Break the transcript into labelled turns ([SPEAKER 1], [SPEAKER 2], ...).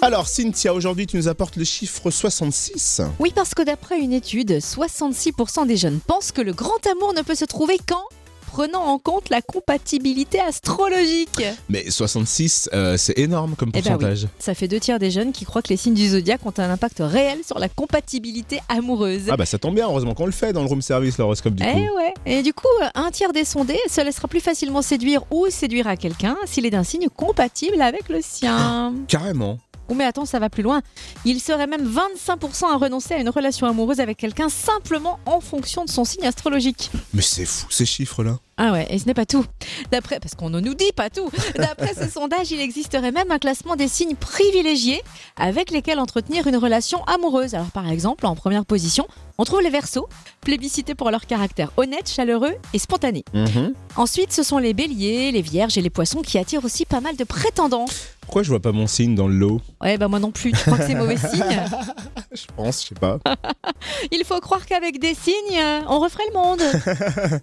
[SPEAKER 1] Alors Cynthia, aujourd'hui tu nous apportes le chiffre 66.
[SPEAKER 2] Oui, parce que d'après une étude, 66% des jeunes pensent que le grand amour ne peut se trouver qu'en prenant en compte la compatibilité astrologique.
[SPEAKER 1] Mais 66, euh, c'est énorme comme
[SPEAKER 2] Eh ben oui.
[SPEAKER 1] pourcentage.
[SPEAKER 2] Ça fait deux tiers des jeunes qui croient que les signes du zodiaque ont un impact réel sur la compatibilité amoureuse.
[SPEAKER 1] Ah bah ça tombe bien, heureusement qu'on le fait dans le room service, l'horoscope du
[SPEAKER 2] Eh
[SPEAKER 1] coup.
[SPEAKER 2] ouais. Et du coup, un tiers des sondés se laissera plus facilement séduire ou séduire à quelqu'un s'il est d'un signe compatible avec le
[SPEAKER 1] Ah.
[SPEAKER 2] sien.
[SPEAKER 1] Carrément.
[SPEAKER 2] Ou mais attends, ça va plus loin. Il serait même 25% à renoncer à une relation amoureuse avec quelqu'un simplement en fonction de son signe astrologique.
[SPEAKER 1] Mais c'est fou ces chiffres-là.
[SPEAKER 2] Ah ouais, et ce n'est pas tout. D'après, parce qu'on ne nous dit pas tout, d'après ce sondage, il existerait même un classement des signes privilégiés avec lesquels entretenir une relation amoureuse. Alors par exemple, en première position, on trouve les Verseaux, plébiscités pour leur caractère honnête, chaleureux et spontané.
[SPEAKER 1] Mhm.
[SPEAKER 2] Ensuite, ce sont les Béliers, les Vierges et les Poissons qui attirent aussi pas mal de prétendants.
[SPEAKER 1] Pourquoi je vois pas mon signe dans le lot
[SPEAKER 2] Ouais, bah moi non plus, tu crois que c'est mauvais signe
[SPEAKER 1] Je pense, je sais pas.
[SPEAKER 2] Il faut croire qu'avec des signes, euh, on referait le monde.